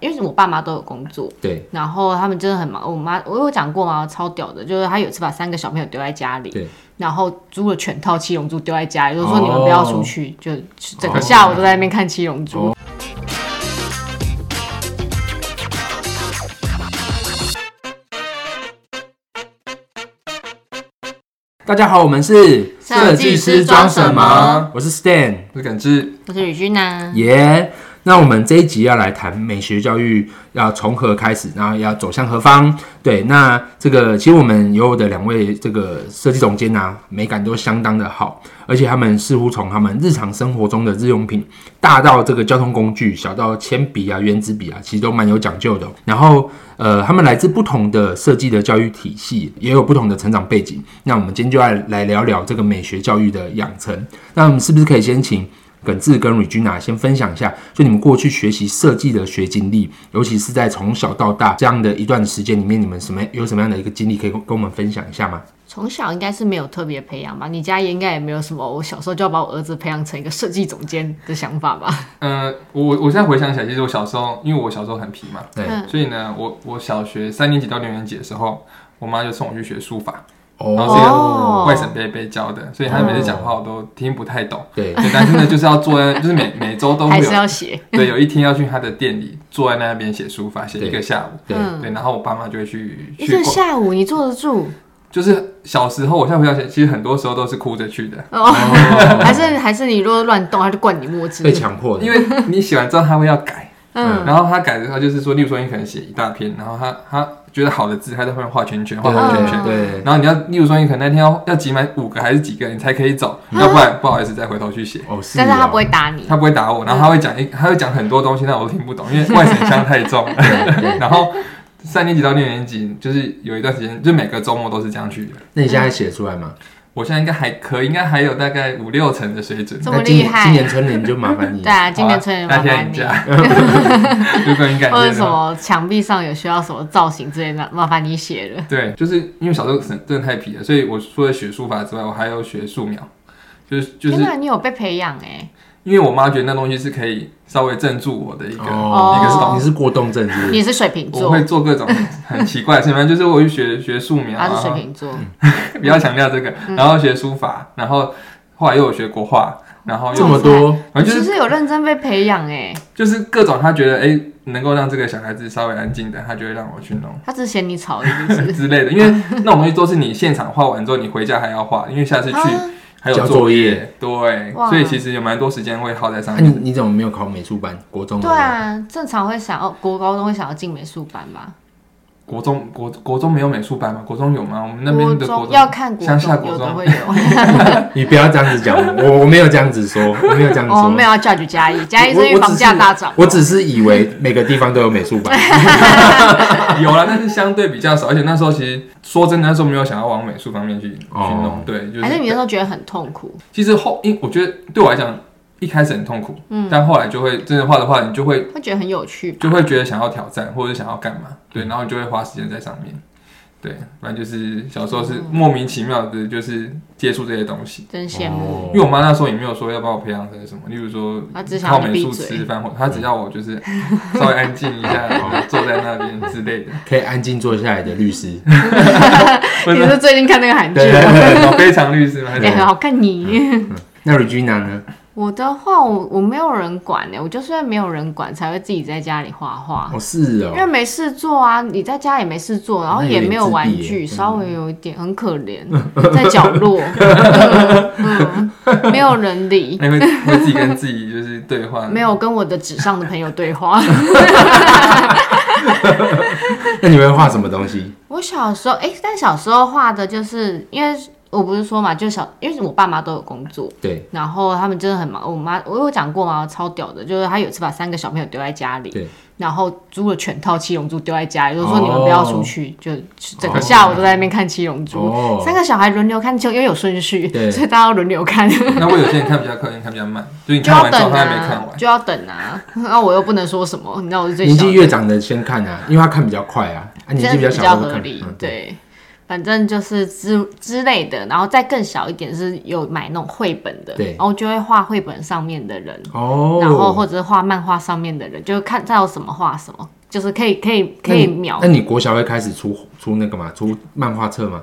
为我爸妈都有工作，对然后他们真的很忙。我妈我有讲过嘛，超屌的，就是她有一次把三个小朋友丢在家里，对，然后租了全套《七龙珠》丢在家里，就说哦你们不要出去，就整个下午都在那边看《七龙珠》哦大家好，我们是设计师装什么？我是 Stan，我感知我是宇君啊呐，耶、那我们这一集要来谈美学教育要从何开始，然后要走向何方。对，那这个其实我们有的两位这个设计总监啊，美感都相当的好，而且他们似乎从他们日常生活中的日用品，大到这个交通工具，小到铅笔啊、圆珠笔啊，其实都蛮有讲究的哦、然后呃，他们来自不同的设计的教育体系，也有不同的成长背景。那我们今天就要来聊聊这个美学教育的养成。那我们是不是可以先请耿志跟 Regina 先分享一下，就你们过去学习设计的学经历，尤其是在从小到大这样的一段时间里面，你们什么有什么样的一个经历可以跟我们分享一下吗？从小应该是没有特别培养吧？你家也应该也没有什么，我小时候就要把我儿子培养成一个设计总监的想法吧？呃，我我现在回想起来，其实我小时候，因为我小时候很皮嘛，对，嗯所以呢，我我小学三年级到六年级的时候，我妈就送我去学书法，然后哦，是哦外省伯伯教的，所以她每次讲话我都听不太懂。对，对，但是呢，就是要坐在，就是每每周都嗯会还是有，要写？对，有一天要去她的店里坐在那边写书法，写一个下午。对嗯对，然后我爸妈就会去一去个逛，下午你坐得住？就是小时候，我现在回想起来，其实很多时候都是哭着去的，哦，还是还是你如果乱动，他就灌你墨汁被。强迫的，因为你写完之后他会要改，嗯，然后他改的话就是说，例如说你可能写一大篇，然后他他觉得好的字，他在后面画圈圈，画对好圈对圈嗯。对然后你要，例如说你可能那天要要集满五个还是几个，你才可以走，要不然不好意思再回头去写。哦，是，但是他不会，打你。他不会打我，然后他会讲一，嗯他会讲很多东西，但我都听不懂，因为外省腔太 重。然后三年级到六年级，就是有一段时间，就每个周末都是这样去的。那你现在写出来吗？我现在应该还可以，应该还有大概五六成的水准。 这么那今年厉害今年春联就麻烦 你对，啊，今年春联好啊麻那天烦你你，家， 如果你感 或觉者什么墙壁上有需要什么造型之类的，麻烦你写了。对，就是因为小时候真的太皮了，所以我除了学书法之外，我还有学素描，就是就是天哪，你有被培养哎、因为我妈觉得那东西是可以稍微镇住我的一个，哦，一个是哦东你西。是过动症是不是？你是水瓶我座，会做各种很奇怪的事情，反正就是我去学学素描他是水嗯啊，瓶座，比较强调这个，然后学书法，然后后来又有学国画，然后这又么多，反正其就是实有认真被培养哎、就是各种他觉得哎、能够让这个小孩子稍微安静的，他就会让我去弄他只是嫌你吵而已，是 不是？之类的，因为那种东西都是你现场画完之后，你回家还要画，因为下次去啊还有交作作业业，对，哇所以其实有蛮多时间会耗在上那面。哎你你怎么没有考美术班？国中的对时候，啊，正常会想要国高中会想要进美术班吧？国中国国中没有美术班吗？国中有吗？我们那边国的国中中要看国乡下中，国有的中会有。你不要这样子讲，我我没有这样子说，我没有这样子哦，说，没有要 judge 嘉义，嘉义我最近我只房价是大涨。我只是以为每个地方都有美术班， 有啦，但是相对比较少，而且那时候其实说真的，那时候没有想要往美术方面去、哦去弄，对，就还是你那时是候觉得很痛苦？其实后，因我觉得对我来讲，一开始很痛苦，嗯，但后来就会真的画的话，你就会会觉得很有趣吧？就会觉得想要挑战，或者是想要干嘛，嗯对，然后你就会花时间在上面，对，反正就是小时候嗯是莫名其妙的，就是接触这些东西。真 羡慕。哦因为我妈那时候也没有说要把我培养成什么，例如说她只想靠让你美闭术嘴吃饭，或她只要我就是稍微安静一 下，然后坐在那边之类的， 可以安静坐下来的律师，不你是是最近看那个韩剧对吗？非常律师吗？还是哎，很好看你。那 Regina 呢？ 我的话，我我没有人管欸呢、我就是因为没有人管，才会自己在家里画画，哦，是因哦，为没事做啊。你在家也没事做，然后那有也点没有玩自闭具，耶嗯稍微有一点很可 怜，在角落，嗯，嗯没有人理，那会会自己跟自己就是对话，没有跟我的纸上的朋友对 话。那你会画什么东西？我小时候，哎、但小时候画的就是，因为我不是说嘛，就小，因为我爸妈都有工作，对然后他们真的很忙。我妈我有讲过嘛，超屌的，就是她有一次把三个小朋友丢在家里，对，然后租了全套《七龙珠》丢在家里，就说哦你们不要出去，就整个下午都在那边看《七龙珠》哦三个小孩轮流看，就因为有顺序，对所以大家要轮流 看，就那会有些人看比较快，有些人看比较慢，就是你看要完之后等他还没看啊，完，就要等啊。 那我又不能说什么，你知道我是最年小的纪越长的先看啊，因为他看比较快啊，啊年纪真比的比较小较的合会看理，，嗯对。反正就是之之类的，然后再更小一点是有买那种绘本的，对然后就会画绘本上面的人，哦，然后或者是画漫画上面的人，就是看到什么画什么。就是可以可以可那你以描那你国小会开始出出那个嘛？出漫画册吗？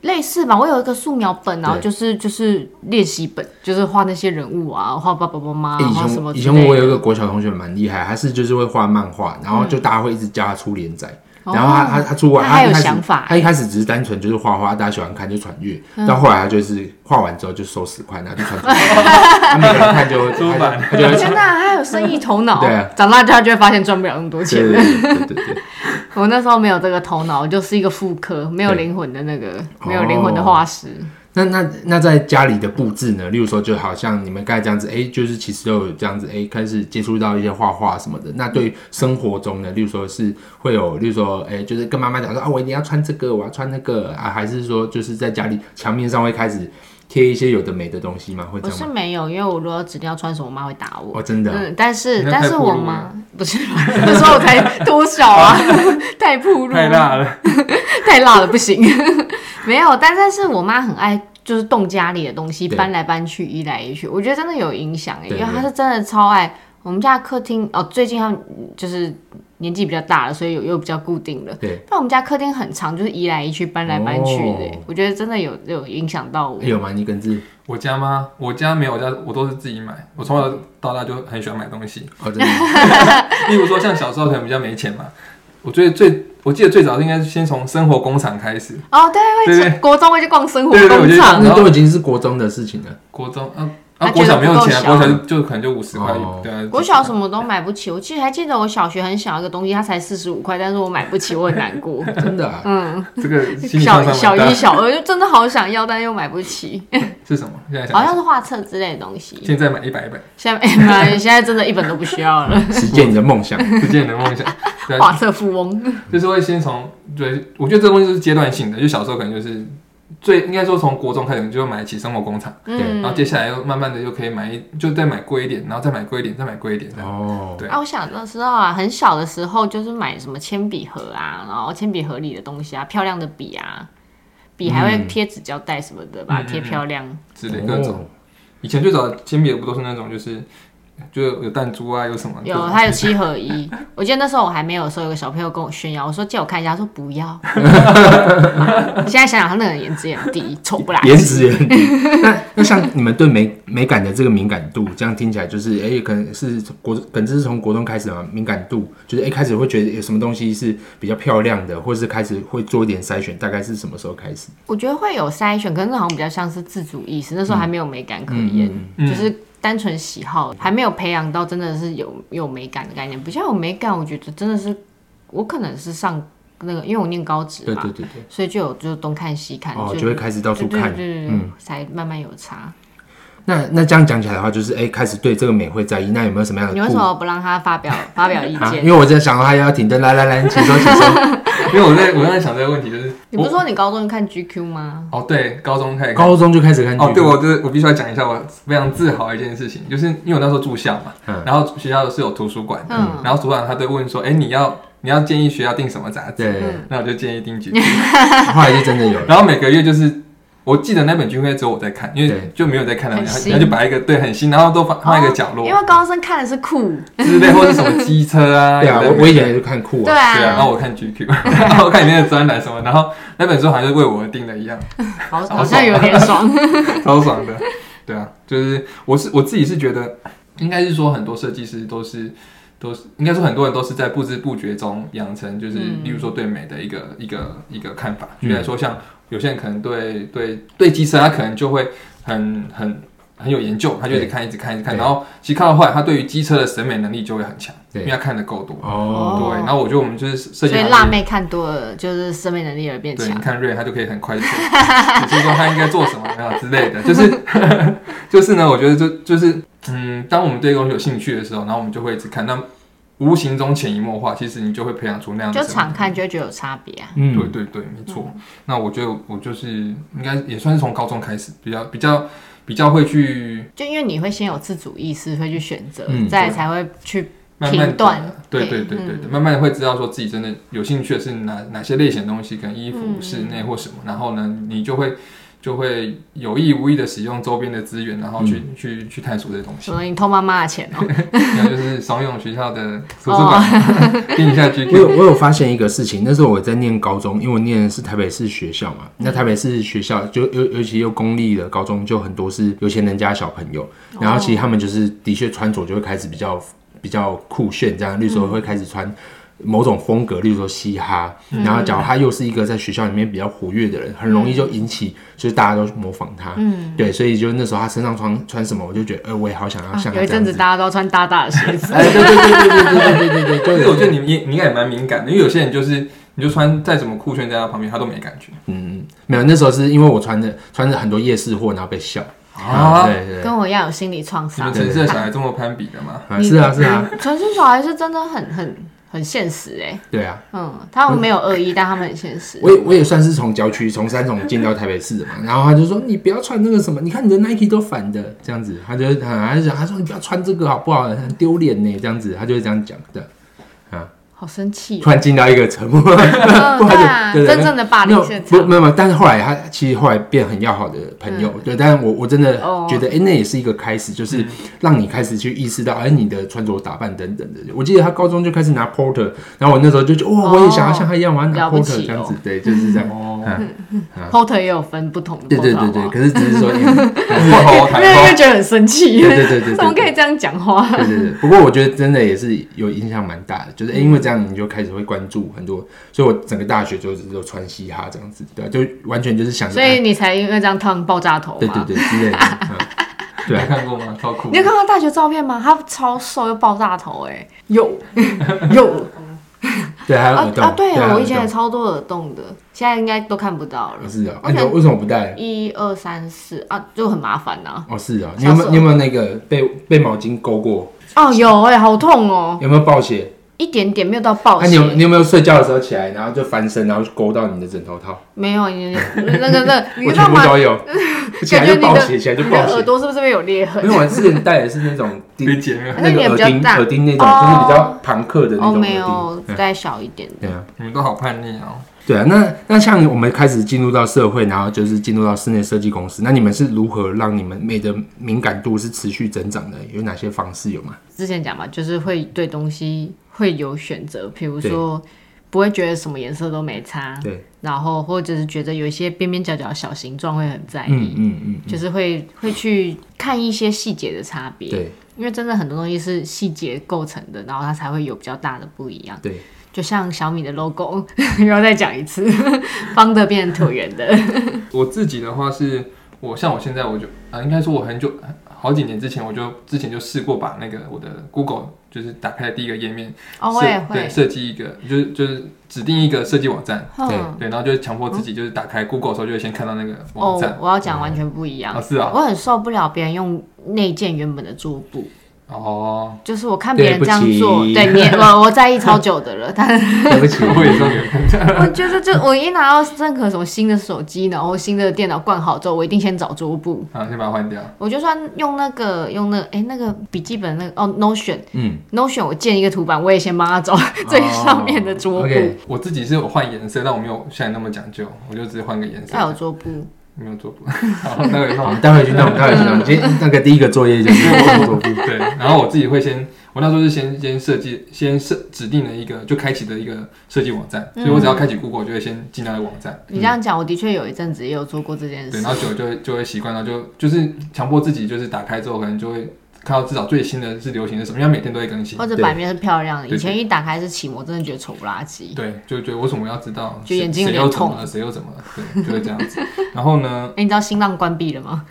类似吧，我有一个素描本啊，对就是就是练习本，就是画那些人物啊，画爸爸妈妈啊，欸以画什么前之以类的。前我有一个国小同学蛮厉害，他是就是会画漫画，然后就大家会一直叫他出连载。然后他他他出完，哦他还有一开始想法嗯他一开始只是单纯就是画画，大家喜欢看就传阅，到后来他就是画完之后就收十块，然后就传 出去，他每个人看就会出版他就他就真的啊、他有生意头脑。 对啊长大之后就会发现赚不了那么多对钱。对对对对对，我那时候没有这个头脑，我就是一个副科，没有对灵魂的那个，哦没有灵魂的画师。那那那在家里的布置呢？例如说，就好像你们刚才这样子，哎、就是其实都有这样子，哎、开始接触到一些画画什么的。那对生活中呢，例如说是会有，例如说，哎、就是跟妈妈讲说啊，我一定要穿这个，我要穿那个啊，还是说就是在家里墙面上会开始贴一些有的没的东西吗？会这我样是吗？没有，因为我如果指定要穿什么，我妈会打我。哦，真的、哦，嗯，但是那太但是我暴露妈不是， 那时候我才多小 啊，太暴露，太辣了， 太辣了不行。没有，但但是我妈很爱就是动家里的东西，对搬来搬去，移来移去，我觉得真的有影响哎，因对为她对是真的超爱。我们家客厅哦，最近他们就是年纪比较大了，所以有又比较固定了。对，但我们家客厅很长，就是移来移去、搬来搬去的欸哦，我觉得真的有有影响到我。哎有吗？你跟自我家吗？我家没有，我家我都是自己买。我从小到大就很喜欢买东西，哦， 真的例如说像小时候可能比较没钱嘛，我觉得最我记得最早应该是先从生活工厂开始，哦，对，对会去国中会去逛生活对对我工觉得厂，那都已经是国中的事情了。国中啊他啊觉国得小没有不够钱啊，小国小就就可能就五十块哦，对啊，我小什么都买不起，我记得还记得我小学很小一个东西，它才四十五块，但是我买不起，我很难过。真的、啊，嗯，这个心理创小伤小蛮一大小二就真的好想要，但又买不起，是什么？现在好想像是画册之类的东西。现在买一百一百，现在哎妈呀现在真的一本都不需要了，实践你的梦想。实现你的梦 想，对啊，画册富翁。就是会先从对，我觉得这东西是阶段性的，就小时候可能就是最应该说从国中开始你就会买起生活工厂，嗯然，后接下来又慢慢的又可以买一，就再买贵一点，然后再买贵一点，再买贵一点，这样哦，对啊，我想那时候啊，很小的时候就是买什么铅笔盒啊，然后铅笔盒里的东西啊，漂亮的笔啊，笔还会嗯贴纸胶带什么的，嗯把它贴漂亮。之类各种。以前最早铅笔不都是那种就是就有弹珠啊，有什么各有，种它有七合一。 我记得那时候我还没有的时候，有个小朋友跟我炫耀，我说借我看一下，他说不 要。现在想想，他那个人颜值也很低，丑不拉几颜值也很低。 那那像你们对美美感的这个敏感度，这样听起来就是，哎、可能是国，可能是从国中开始嘛，敏感度就是，哎、开始会觉得有什么东西是比较漂亮的，或是开始会做一点筛选，大概是什么时候开始？我觉得会有筛选，可是那好像比较像是自主意识，那时候还没有美感可言，嗯就是单纯喜好，还没有培养到真的是有有美感的概念。比较有美感，我觉得真的是我可能是上那个，因为我念高职对嘛，对对对，所以就有就是东看西看，哦，就就会开始到处对对看对。对对，才慢慢有差。那那这样讲起来的话，就是哎、开始对这个美会在意。那有没有什么样的你为哦酷什么不让他发表发表意 啊？见因？为我在想到他要停顿，来来来，请说，请 说。因为我在我刚才想这个问题，就是你不是我说你高中就看 GQ 吗？哦对，高中开始看高中就开始看剧哦，对，我这我必须要讲一下，我非常自豪的一件事情，就是因为我那时候住校嘛， 嗯然后学校是有图书馆，嗯然后图书馆他都会问说，哎、你要你要建议学校订什么杂志？对，那我就建议 订剧，后来就真的有了。然后每个月就是。我记得那本剧应该只有我在看，因为对就没有在看了，很然后新然后就摆一个对很新，然后都放放一个角哦落 因为高中生看的是酷，之类，或者什么机车啊， 对啊，有的我我以前也是看酷对啊，对啊，然啊，后我 看 GQ，然后我看里面的专栏什么，然后那本书好像就为我而定的一样，好好像有点爽。超爽的。对啊，就是我是我自己是觉得，应该是说很多设计师都是都是，应该说很多人都是在不知不觉中养成，就是、嗯例如说对美的一个一个一个看法。嗯举例来说，像有些人可能对对对机车，他可能就会很很。很有研究，他就一直看，一直看，一直看，对然后其实看到后来，他对于机车的审美能力就会很强，对因为他看的够多。哦，对，然后我觉得我们就是设所计以行业辣妹看多了，就是审美能力也变对，你强。看瑞他就可以很快就，就是说他应该做什么啊之类的，就是 就是呢，我觉得就就是嗯，当我们对一个东西有兴趣的时候，然后我们就会一直看，那无形中潜移默化，其实你就会培养出那样就的审美常看就会觉得有差别啊。嗯，对对对，没错。那我觉得我就是应该也算是从高中开始，比较比较比较会去就因为你会先有自主意识，会去选择，嗯再来才会去慢慢评断嗯地对对对对对，慢慢地会知道说自己真的有兴趣的是哪哪些类型的东西，可能衣服、嗯室内或什么，然后呢，你就会。就会有意无意的使用周边的资源，然后去、嗯去去探索这些东西。所以你偷妈妈的钱哦、然后就是怂恿学校的图书馆哦 订一下我嗯 GQ，有我有发现一个事情，那时候我在念高中，因为我念的是台北市学校嘛，那台北市学校就尤尤其又公立的高中，就很多是有钱人家的小朋友，然后其实他们就是的确穿着就会开始比较比较酷炫，这样，例如说会开始穿。某种风格，例如说嘻哈，然后假如他又是一个在学校里面比较活跃的人，很容易就引起就是大家都模仿他，嗯，对，所以就那时候他身上穿穿什么，我就觉得，哎、我也好想要啊像他有一这样阵子子。大家都穿大大的 鞋子，哎，对对对对对对对对对但对是，我觉得你你你应该也蛮敏感的，因为有些人就是你就穿再怎么酷炫在他旁边，他都没感觉没有，那时候是因为我穿的穿着很多夜市货，然后被笑。啊，对对对跟我一样有心理创你伤们。城市的小孩这么攀比 的吗？啊，是啊是啊，纯生小孩是真的很很很现实哎、对啊，嗯，他们没有恶意，但他们很现实。我也我也算是从郊区从三重进到台北市的嘛，然后他就说你不要穿那个什么，你看你的 Nike 都反的这样子，他就很他就讲他说你不要穿这个好不好，很丢脸呢这样子，他就会这样讲的。好生气、突然进到一个沉默，哦！嗯，不好意对思啊，对对真正的霸没凌有现不场。没有没有，但是后来他其实后来变很要好的朋友，对，但是我我真的嗯哦觉得，哎、那也是一个开始，就是让你开始去意识到，哎、你的穿着打扮等等的。我记得他高中就开始拿 porter，然后我那时候就觉得，哇、哦我也想要像他一样，我要拿了不 porter 起这样子，哦对，就是这样。哦， porter 也有分不同的啊对 porter，对对对，可是只是说，对日后没有，因哦台为觉得很生气，对对对对，怎么可以这样讲话？对对对，不过我觉得真的也是有影响蛮大的，嗯就是、哎诶因为这样你就开始会关注很多，所以我整个大学就是都穿嘻哈这样子，对啊、就完全就是想着哎所以你才因为这样烫爆炸头对对嘛？对之类的，嗯你对啊没看过吗？超酷你有！看到大学照片吗？他超瘦又爆炸头哎、有 有对，还有啊耳洞啊！对还有我以耳前也洞超多耳洞的，现在应该都看不到了哦。是啊，我啊你可能为什么不戴？一二三四啊，就很麻烦呐、哦，是啊，你有小没时有候你有没有那个被被毛巾勾过？哦，有哎、好痛哦，有没有暴血？一点点没有到爆那血。你有你有没有睡觉的时候起来，然后就翻身，然后就勾到你的枕头套？没有，你那个那个，你 我知全道部吗？都 有，起来感觉就你暴的血，起来就你的暴耳血。朵是不是这边有裂痕因？为我之前戴的是那种被钉，解了，那个耳那你也比钉，较大耳钉那种，哦就是比较朋克 的那哦，种没耳有，钉。嗯再小一点。对啊，你们都好叛逆哦。对啊，那那像我们开始进入到社会，然后就是进入到室内设计公司，那你们是如何让你们美的敏感度是持续增长的？有哪些方式有吗？之前讲嘛，就是会对东西会有选择，比如对说不会觉得什么颜色都没差，对，然后或者是觉得有一些边边角角的小形状会很在意，嗯嗯嗯，就是会会去看一些细节的差别。对因为真的很多东西是细节构成的，然后它才会有比较大的不一样。对。就像小米的 logo，又 要再讲一次，方的变成椭圆的。我自己的话是，我像我现在我就啊、应该说我很久好几年之前，我就之前就试过把那个我的 Google 就是打开的第一个页面，哦，我设也对会，设计一个，就是就是指定一个设计网站，对哼，对，然后就强迫自己就是打开 Google 的时候，就会先看到那个网站嗯哦，。我要讲完全不一样啊，。是啊，我很受不了别人用内建原本的桌布， 哦，就是我看别人这样 做，对不起对你也我我在意超久的 了，但是 对不起，我也说有，我觉得就我一拿到任何什么新的手机，然后新的电脑灌好之后，我一定先找桌布。啊，先把它换掉。我就算用那个用那个哎、那个笔记本那个哦 Notion 嗯， Notion，我建一个图板，我也先帮他找最上面的 桌布，哦 OK，我自己是有换颜色，但我没有像你那么讲究，我就只是换个颜色要，有桌布。没有做布。 好，待会好，我弄们。待会去弄，待会去弄。今天那个第一个作业就是哦做布，对，然后我自己会先，我那时候是先先设计，先设指定了一个就开启的一个设计网站，所以我嗯只要开启 Google 就会先进到那个网站，你这样讲，我的确有一阵子也有做过这件对，事嗯然。后久了就会就会习惯了，就就是强迫自己就是打开之后可能就会看到至少最新的是流行的什么，因为每天都会更新或，者对版面是漂亮的，对对以前一打开是起膜，真的觉得丑不拉几。对，就觉得为什么要知道就谁眼睛有谁点又怎么痛了，谁又怎么了，对，就会这样子。然后呢，哎、你知道新浪关闭了吗？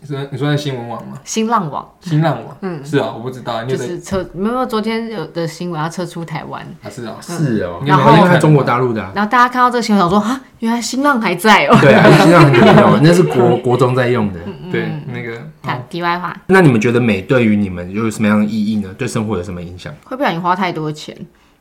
你说你说在新闻网吗？新浪网新浪网，是啊，我不知道，你嗯就有在是撤，没有没有昨天有的新闻要撤出台湾，啊是啊，是哦，你然有没有后因为看他中国大陆的啊，然后大家看到这个新闻想说啊，原来新浪还在哦、 对啊，现在很久没有，那是国国中在用的。嗯对那个看题外话，那你们觉得美对于你们又有什么样的意义呢？对生活有什么影响？会不小心花太多钱。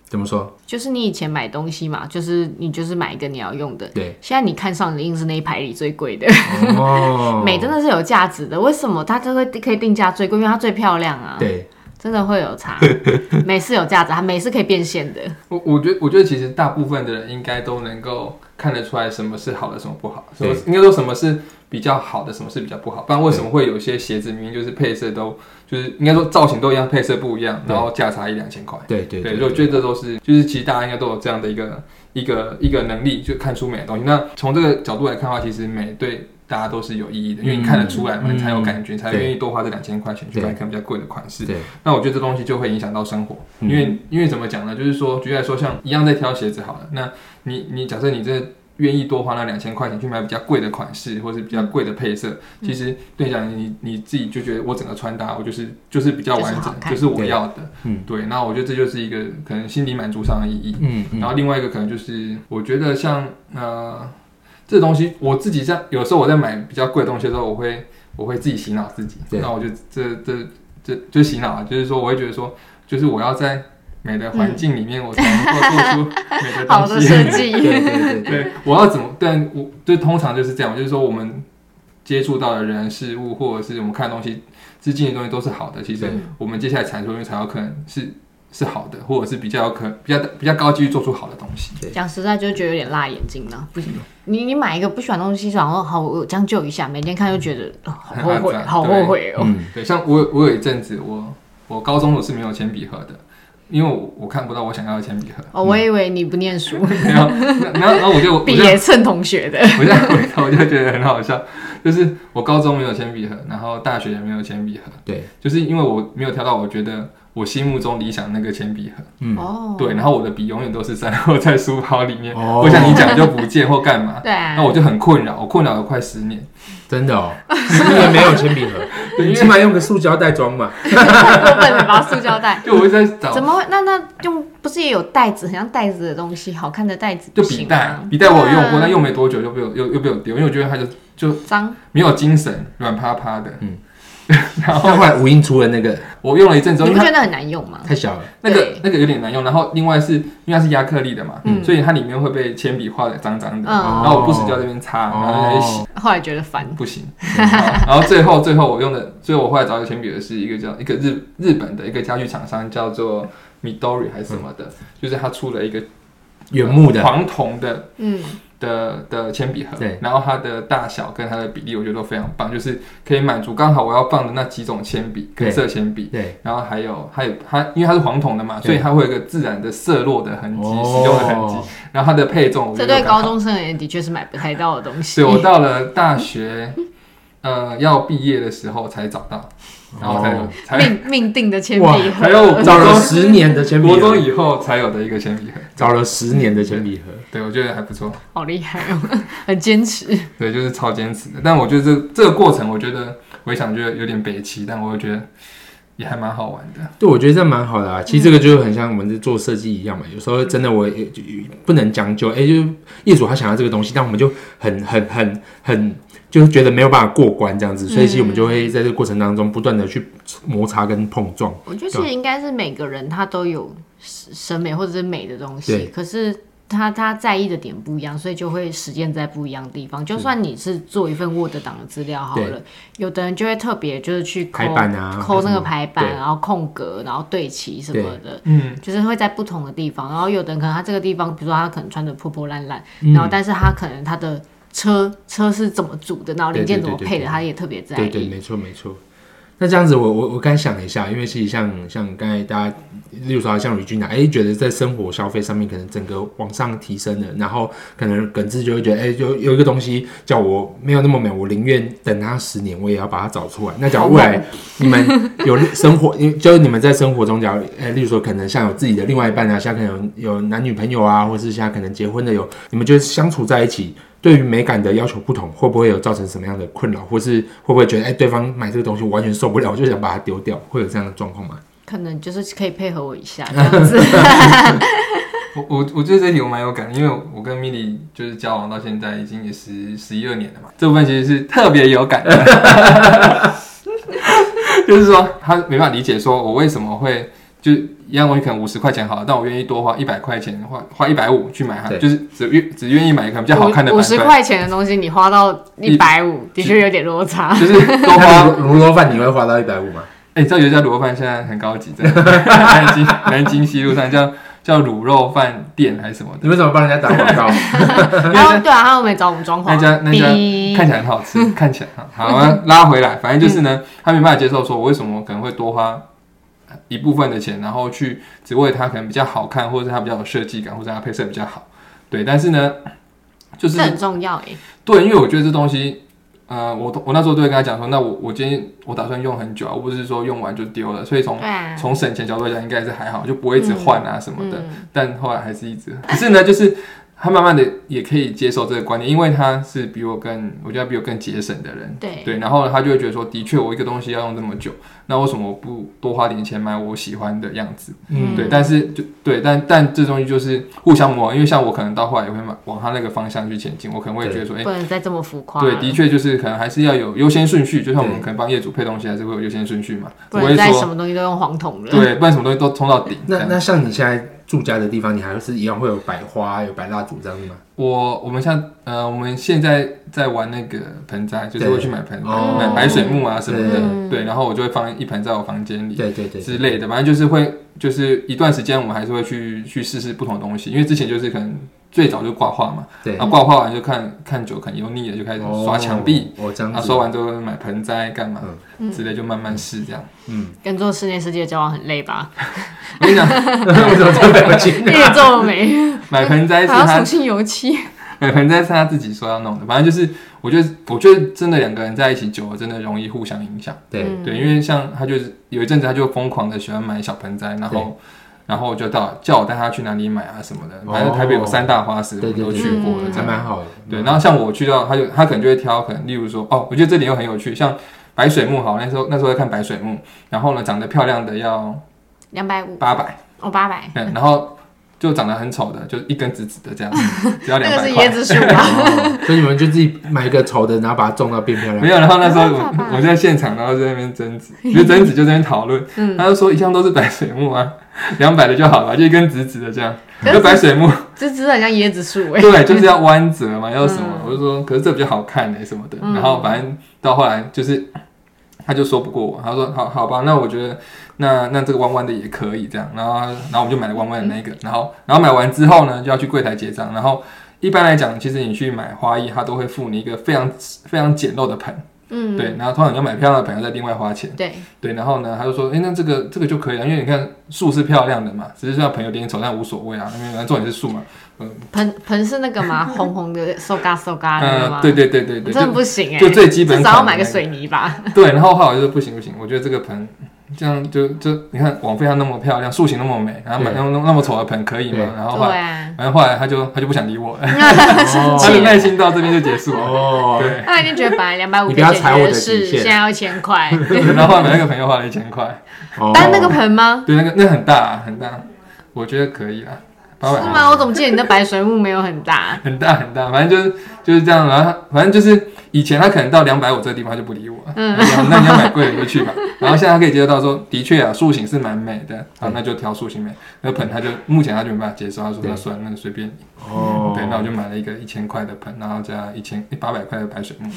怎么说？就是你以前买东西嘛，就是你就是买一个你要用的，对，现在你看上的硬是那一排里最贵的，哦 ，美真的是有价值的。为什么它就会可以定价最贵？因为它最漂亮啊。哦对，真的会有 差。美式有价值，它美式可以变现的。我我觉得，我觉得其实大部分的人应该都能够看得出来什么是好的，什么不好，什么对应该说什么是比较好的，什么是比较不好。不然为什么会有一些鞋子明明就是配色都，就是应该说造型都一样，配色不一样，对然后价差一两千块？对对对，所以我觉得这都是，就是其实大家应该都有这样的一个一个一个能力，就看出美的东西。那从这个角度来看的话，其实美对大家都是有意义的，因为你看得出来嘛，嗯你才有感觉，你才对愿意多花这两千块钱去买一个比较贵的款式。对那我觉得这东西就会影响到生活，嗯因为因为怎么讲呢？就是说，举例来说，像一样在挑鞋子好了，那你你假设你真的愿意多花那两千块钱去买比较贵的款式，或是比较贵的配色，嗯其实对你讲你你自己就觉得我整个穿搭我就是就是比较完就是整好，看就是我要的，嗯对。那我觉得这就是一个可能心理满足上的意义。嗯嗯然后另外一个可能就是，我觉得像呃，这东西我自己在有时候我在买比较贵的东西的时候，我会我会自己洗脑自己。对那我就这这这就洗脑啊，就是说我会觉得说，就是我要在美的环境里面，我才能够做出美的 东西。好的设计 对对对对 对，我要怎么？但我就通常就是这样，就是说我们接触到的人、事物，或者是我们看的东西、之间的东西都是好的。其实对我们接下来产出的东西才有可能是是好的，或者是比较有可比较比较高几率做出好的东西。讲实在，就觉得有点辣眼睛了。不行，你你买一个不喜欢的东西，然后好我将就一下，每天看就觉得、哦好后悔很阿，杂好后悔哦。嗯对，像我有我有一阵子，我我高中我是没有铅笔盒的，因为我我看不到我想要的铅笔盒。哦，我以为你不念书，然后那然后然后我就我就 嗯毕业蹭同学的。我现在回头就觉得很好笑，就是我高中没有铅笔盒，然后大学也没有铅笔盒，对，哦就是因为我没有挑到我觉得我心目中理想那个铅笔盒。嗯哦，对，然后我的笔永远都是散落在书包里面，哦我想你讲就不见或干嘛。 对啊那我就很困扰，我困扰了快十年。真的 哦，十年没有铅笔盒，对你起码用个塑胶袋装 嘛。我本来把它塑胶 袋。就我一直在找怎么会？那那用不是也有袋子，很像袋子的东西，好看的袋子就不笔行袋吗，笔袋我有用对过，但啊用没多久就被我又又被我丢，因为我觉得它就就脏没有精神，软趴趴的。嗯 然后但后来无印出了那个我用了一阵子，你因不为觉它得很难用吗？太小了，那个对那个有点难用，然后另外是因为它是亚克力的嘛，嗯所以它里面会被铅笔画的脏脏的，嗯然后我不时就在那边擦，哦然后在洗，后来觉得烦，不行。然后最后最后我用的，最后我后来找的铅笔的是一个叫一个日日本的一个家具厂商叫做 Midori 还是什么的，就是它出了一个嗯原木的，黄铜的嗯，的的铅笔盒，对然后它的大小跟它的比例，我觉得都非常棒，就是可以满足刚好我要放的那几种铅笔对跟色铅笔，对，然后还有还有它，因为它是黄铜的嘛，对所以它会有一个自然的色落的痕迹，哦使用的痕迹，然后它的配重，我觉这得对都刚好高，中生而言的确是买不太到的东西所以。我到了大学， 呃，要毕业的时候才找到，然后才有、哦才命命定的铅笔哇盒，还 有找了十年的铅笔国中盒，以后才有的一个铅笔盒，找了十年的铅笔盒，对我觉得还不错。好厉害哦， 很坚持。对，就是超坚持的。但我觉得这这个过程，我觉得回想觉得有点北齐，但我又觉得也还蛮好玩的。对，我觉得这蛮好的啊。其实这个就很像我们在做设计一样嘛，有时候真的我也就不能将就，哎、就是业主他想要这个东西，但我们就很很很很就是觉得没有办法过关这样子，所以其实我们就会在这个过程当中不断的去摩擦跟碰撞。我觉得啊其实应该是每个人他都有审美或者是美的东对西，可是他他在意的点不一样，所以就会实践在不一样的地方。就算你是做一份 Word 档的资料好了，有的人就会特别就是去抠排版啊抠那个排版，对然后空格，然后对齐什么的。嗯，就是会在不同的地方，然后有的人可能他这个地方，比如说他可能穿的破破烂烂，嗯然后但是他可能他的车车是怎么组的，然后零件怎么对对配对对的，他也特别在对对，意。没错没错。那这样子我，我我刚才想了一下，因为其实像像刚才大家，例如说像吕俊啊，哎、觉得在生活消费上面可能整个往上提升嗯了，然后可能耿志就会觉得，哎、有有一个东西叫我没有那么美，我宁愿等它十年，我也要把它找出来。那假如未来你们有生活，因为就是你们在生活中，假如哎、例如说可能像有自己的另外一半啊，像可能有有男女朋友啊，或是像可能结婚的有，你们就是相处在一起，对于美感的要求不同，会不会有造成什么样的困扰，或是会不会觉得哎、对方买这个东西我完全受不了，我就想把它丢掉，会有这样的状况 吗？可能就是可以配合我一 下这样子。我我我觉得这一题我蛮有感的，因为我跟 Milly 就是交往到现在已经也十十一二年了嘛，这部分其实是特别有感的， 就是说他没办法理解说我为什么会就一样东西可能五十块钱好了，但我愿意多花一百块钱，花花一百五去买它，对就是只愿只愿意买一个比较好看的五版十本，块 钱的东西，你花到一百五，的确有点落差。 就是多那花卤卤肉饭你会花到一百五吗？哎、你知道有一家卤肉饭现在很高级，在南京南京西路上叫叫卤肉饭店还是什么你的，为什么帮人家打广告？然后对啊，他又没找我们装潢，那家那家哔看起来很好 吃，看起来很好。好，那拉回来，反正就是呢，他没办法接受说，我为什么可能会多花一部分的钱，然后去只为它可能比较好看，或者是它比较有设计感，或者它配色比较好。对，但是呢，就是这很重要哎，对，因为我觉得这东西，呃，我都我那时候都会跟他讲说，那我我今天我打算用很久啊，我不是说用完就丢了，所以从对啊，从省钱角度来讲，应该是还好，就不会一直换啊什么的。嗯但后来还是一直，可是呢，就是他慢慢的也可以接受这个观念，因为他是比我更，我觉得他比我更节省的人。对，对，然后他就会觉得说，的确我一个东西要用这么久，那为什么我不多花点钱买我喜欢的样子？嗯，对，但是就对，但但这东西就是互相磨合，因为像我可能到后来也会往往他那个方向去前进，我可能会觉得说，哎、不能再这么浮夸了，对，的确就是可能还是要有优先顺序，就像我们对可能帮业主配东西，还是会有优先顺序嘛，不不能会再什说么东西都用黄桶了，对，不然什么东西都冲到顶。这那样那像你现在住家的地方，你还是一样会有摆花、有摆蜡烛这样子吗？我我们像呃，我们现在在玩那个盆栽，就是会去买盆哦买白水木啊什么对的，嗯对，然后我就会放一盆在我房间里对对对，之类的，反正就是会就是一段时间我们还是会去去试试不同的东西，因为之前就是可能最早就挂画嘛，对然，后挂画完就看看久可能油腻了就开始刷墙壁，哦，我这然样子，后刷完之后买盆栽干嘛嗯之类，就慢慢试这样。 嗯，跟做室内设计的交往很累 吧？我跟 你讲，为什么这么表 情？越皱 眉，买盆栽还是要他重新油漆，对，可能在是他自己说要弄的，反正就是，我觉得，我觉得真的两个人在一起久了，真的容易互相影响。对，嗯对，因为像他就是有一阵子，他就疯狂的喜欢买小盆栽，然后，然后就到叫我带他去哪里买啊什么的，反正台北有哦三大花市，我对们对都对，去过嗯了，这还样。蛮好的。嗯对，然后像我去到，他就他可能就会挑，可能例如说，哦，我觉得这点又很有趣，像白水木好，那时候那时候在看白水木，然后呢长得漂亮的要两百五，八百，哦，八百，嗯，然后就长得很丑的，就一根直直的这样， 只要那两个百是块椰。子树啊 吧？ 哦所以你们就自己买一个丑的，然后把它种到变漂 没亮。有，然后那时候没办法我吧我在现场，然后在那边争 执，就争执就在那边讨论。嗯，他就说一向都是白水木啊， 两百的就好了，就一根直直的这样。可就是白水木，这只很像椰子树哎，对，就是要弯折嘛，要什么？嗯我就说，可是这比较好看呢、什么的。嗯然后反正到后来就是，他就说不过我，他说好好吧，那我觉得那那这个弯弯的也可以这样。然后然后我们就买了弯弯的那个，嗯然后然后买完之后呢，就要去柜台结账。然后一般来讲，其实你去买花艺，他都会付你一个非常非常简陋的盆。嗯，对，然后通常你要买漂亮的朋友再另外花钱，对，对，然后呢，他就说，哎，那这个这个就可以了，因为你看树是漂亮的嘛，只是让朋友有点丑，但无所谓啊，因为反正重点是树嘛，盆盆是那个嘛，红红的，瘦嘎瘦嘎的那个嗯、吗？对对对对对，真的就不行哎，就最基本至少要款的买个那个水泥吧。对，然后后来我就说不行不行，我觉得这个盆这样就就你看网飞它那么漂亮，树形那么美，然后买对那么那么丑的盆可以对吗？然后后对来，啊，反正后来他就他就不想理我了，哦他的耐心到这边就结束 了，哦，对，他一定觉得本来两百五你不要踩我的底是线现在要一千块，然后后来买那个朋友花了一千块，哦但那个盆吗？对，那个那很大、啊、很大，我觉得可以啦，八百是吗？我怎么记得你的白水木没有很大？ 很大很大，反正就是就是这样。然后他反正就是以前他可能到两百五这个地方他就不理我，嗯，那你要买贵的你就去吧。然后现在他可以接受到说，的确啊，塑形是蛮美的，好，那就挑塑形美。那盆他就目前他就没办法接受，他说对那算了，那随便你。哦，对，那我就买了一个一千块的盆，然后加一千哎八百块的白水木。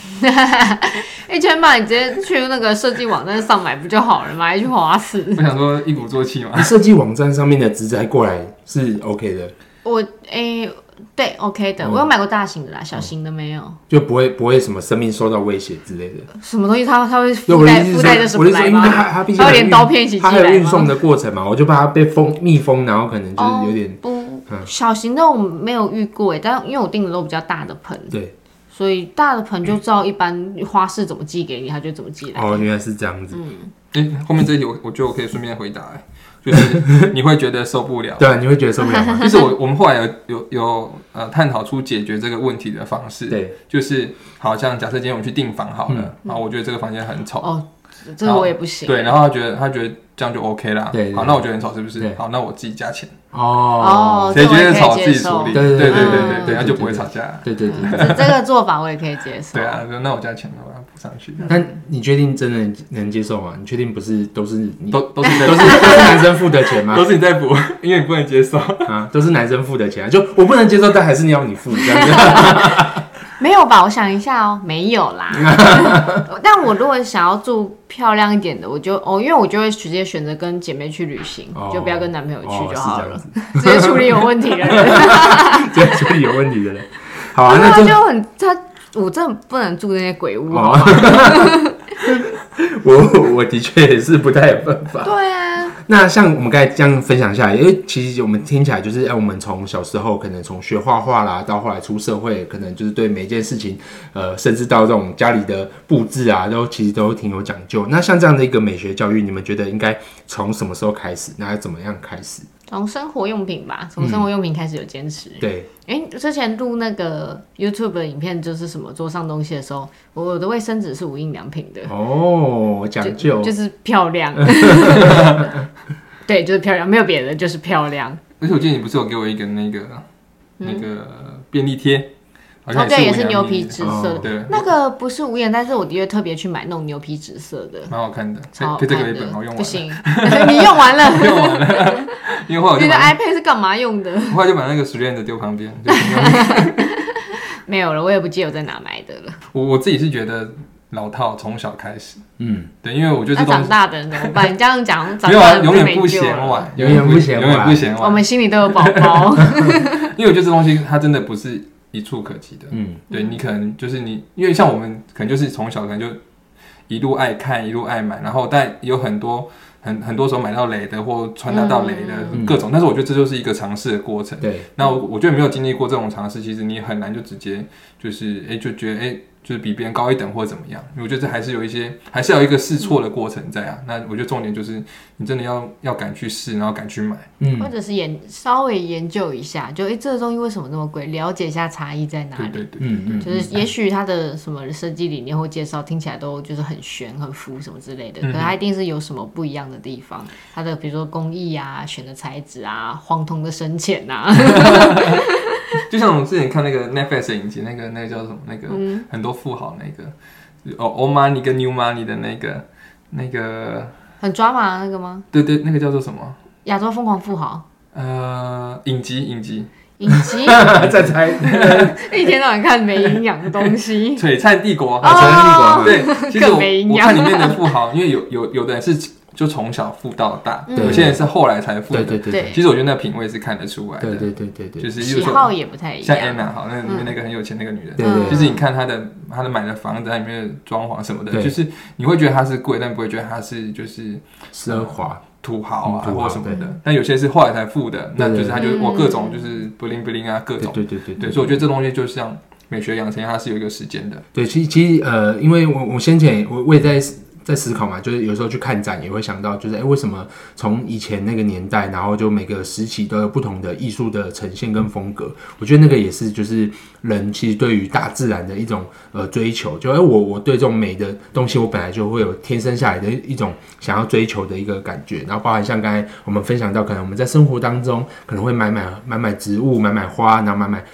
一千八，你直接去那个设计网站上买不就好了吗？还去花市？我想说一鼓作气嘛，那设计网站上面的植栽过来是 OK 的，我诶、对，OK 的，嗯我有买过大型的啦，小型的没有。就不会不会什么生命受到威胁之类的。什么东西它它会对，附我的带意附思带着是什说，我么的来意思是，因为吗？它它毕竟它会还有连运刀片一起它还寄有来运吗哦送的过程嘛，我就怕它被封密封，然后可能就是有点不嗯，小型的我没有遇过诶、哎但因为我订的都比较大的盆，对所以大的盆就照一般花市怎么寄给你，它就怎么寄来。嗯哦，原来是这样子。诶，哎后面这一题我我觉得我可以顺便回答、诶就是你会觉得受不了。对啊，你会觉得受不了吗？ 就是我我们后来有有有呃探讨出解决这个问题的方式，对，就是好像假设今天我们去订房好了，啊，我觉得这个房间很丑，哦，这这个我也不行。对，然后他觉得他觉得这样就 OK 啦，对对好，那我觉得很丑是不对是？好，那我自己加钱，哦，哦谁觉得这我丑也自可以己处接受理，对对对对对对嗯对，他就对对不会对吵架，对对对。这这个做法我也可以接受。对啊，就那我加钱吧，我要补上嗯去，那你确定真的能接受吗？你确定不是都是你 都都是你 在都是都是男生付的钱吗都？是你在补，因为你不能接受， 啊，都是男生付的钱啊，就我不能接受，但还是要你付这样子。没有吧？我想一下哦，没有 啦。但我如果想要住漂亮一点的，我就哦，因为我就会直接选择跟姐妹去旅行，哦就不要跟男朋友去就哦是好这样了子，直接处理有问题的 人。对，所以有问题的人。好啊，因为那他就就很他，我真的不能住那些鬼屋。好哦吗， 我我的确也是不太有办法。 对啊，那像我们刚才这样分享下来，因为其实我们听起来就是，哎、我们从小时候可能从学画画啦，到后来出社会，可能就是对每一件事情，呃，甚至到这种家里的布置啊，都其实都挺有讲究。那像这样的一个美学教育，你们觉得应该从什么时候开始？那要怎么样开始？从生活用品吧，从生活用品开始有坚持。对，哎、之前录那个 YouTube 的影片，就是什么桌上东西的时候，我的卫生纸是无印良品的，哦，讲究就是漂 亮。对，就是漂亮，没有别的，就是漂亮。而且我记得你不是有给我一个那个、那个便利贴，好嗯哦像，对，也是是牛皮纸纸，色的。哦对，那个不是无印，但是我的确特别去买那种牛皮纸色的，蛮好看的，推超好推这个看一本，我的。用不完，行， 你用完了，用完了，因为后来我你就的把 iPad 是干嘛用的？后来就把那个 s t r a n d 丢旁边， 就没有了，我也不记得我在哪买的了。我我自己是觉得老套从小开始，嗯，对，因为我觉那得这东长西大的人怎么办？你这样讲，长 没有大啊，的永人远没不救嫌了。晚，永远不嫌永远晚不嫌我晚，们心里都有宝宝。因为我觉得这东西它真的不是一触可及的，嗯，对你可能就是你，因为像我们可能就是从小可能就一路爱看，一路爱买，然后但有很多很很多时候买到雷的或穿搭到雷的嗯各种，但是我觉得这就是一个尝试的过程。对，那我我觉得没有经历过这种尝试，其实你很难就直接就是哎、就觉得哎、就是比别人高一等或者怎么样，因为我觉得这还是有一些还是要有一个试错的过程在啊。那我觉得重点就是你真的要要敢去试，然后敢去买。或嗯，者是研稍微研究一下，就诶、这个东西为什么那么贵，了解一下差异在哪对里。对对，嗯嗯，就是也许它的什么设计理念或介绍听起来都就是很玄、很浮什么之类的，可嗯是它一定是有什么不一样的地方。它的比如说工艺啊、选的材质啊、黄铜的深浅啊， 就像我们之前看那个 Netflix 的影集，那个那个叫什么？那个、嗯很多富豪那个哦，old money 跟 new money 的那个那个，很抓马啊那个吗？对对，那个叫做什么？亚洲疯狂富豪呃，影集影集，影 集，再猜，一天到晚看没营养的东 西。璀璨帝哦国，啊璀璨帝国对， 其实更我没营我养看里 面的富豪，因为有有有的人是就从小富到大，嗯有些人是后来才富对的。对对对其实我觉得那品味是看得出来对的，对对对对就，是喜又好也不太一像样， Anna 好，那里面那个很有钱那个女人，对嗯对其实你看她的她的买的房子，它里面的装潢什么的，对就是你会觉得她是贵，但不会觉得她是就是奢华，土豪啊嗯土豪或什么的。但有些是后来才富的，那对就是他就嗯我各种就是 bling bling 啊，各对种对对对对，所以我觉得这东西就像美学养成，它是有一个时间的。对，其实其实呃，因为我我先前我我也在思在思考嘛，就是有时候去看展也会想到，就是哎、诶为什么从以前那个年代，然后就每个时期都有不同的艺术的呈现跟风格。我觉得那个也是就是人其实对于大自然的一种呃追求，就哎、诶我我对这种美的东西，我本来就会有天生下来的一种想要追求的一个感觉。然后包含像刚才我们分享到，可能我们在生活当中可能会买买买买植物，买买花，然后买买。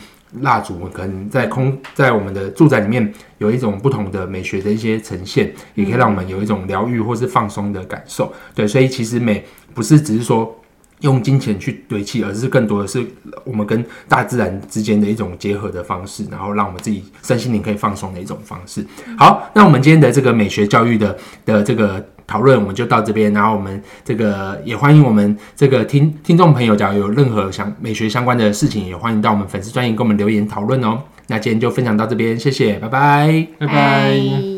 蜡烛，可能在空在我们的住宅里面有一种不同的美学的一些呈现，也可以让我们有一种疗愈或是放松的感受。对，所以其实美不是只是说用金钱去堆砌，而是更多的是我们跟大自然之间的一种结合的方式，然后让我们自己身心灵可以放松的一种方式。好，那我们今天的这个美学教育的的这个讨论，我们就到这边。然后我们这个也欢迎我们这个听听众朋友，假如有任何想美学相关的事情，也欢迎到我哎们粉丝专页跟我们留言讨论哦。那今天就分享到这边，谢谢，拜拜。拜拜。拜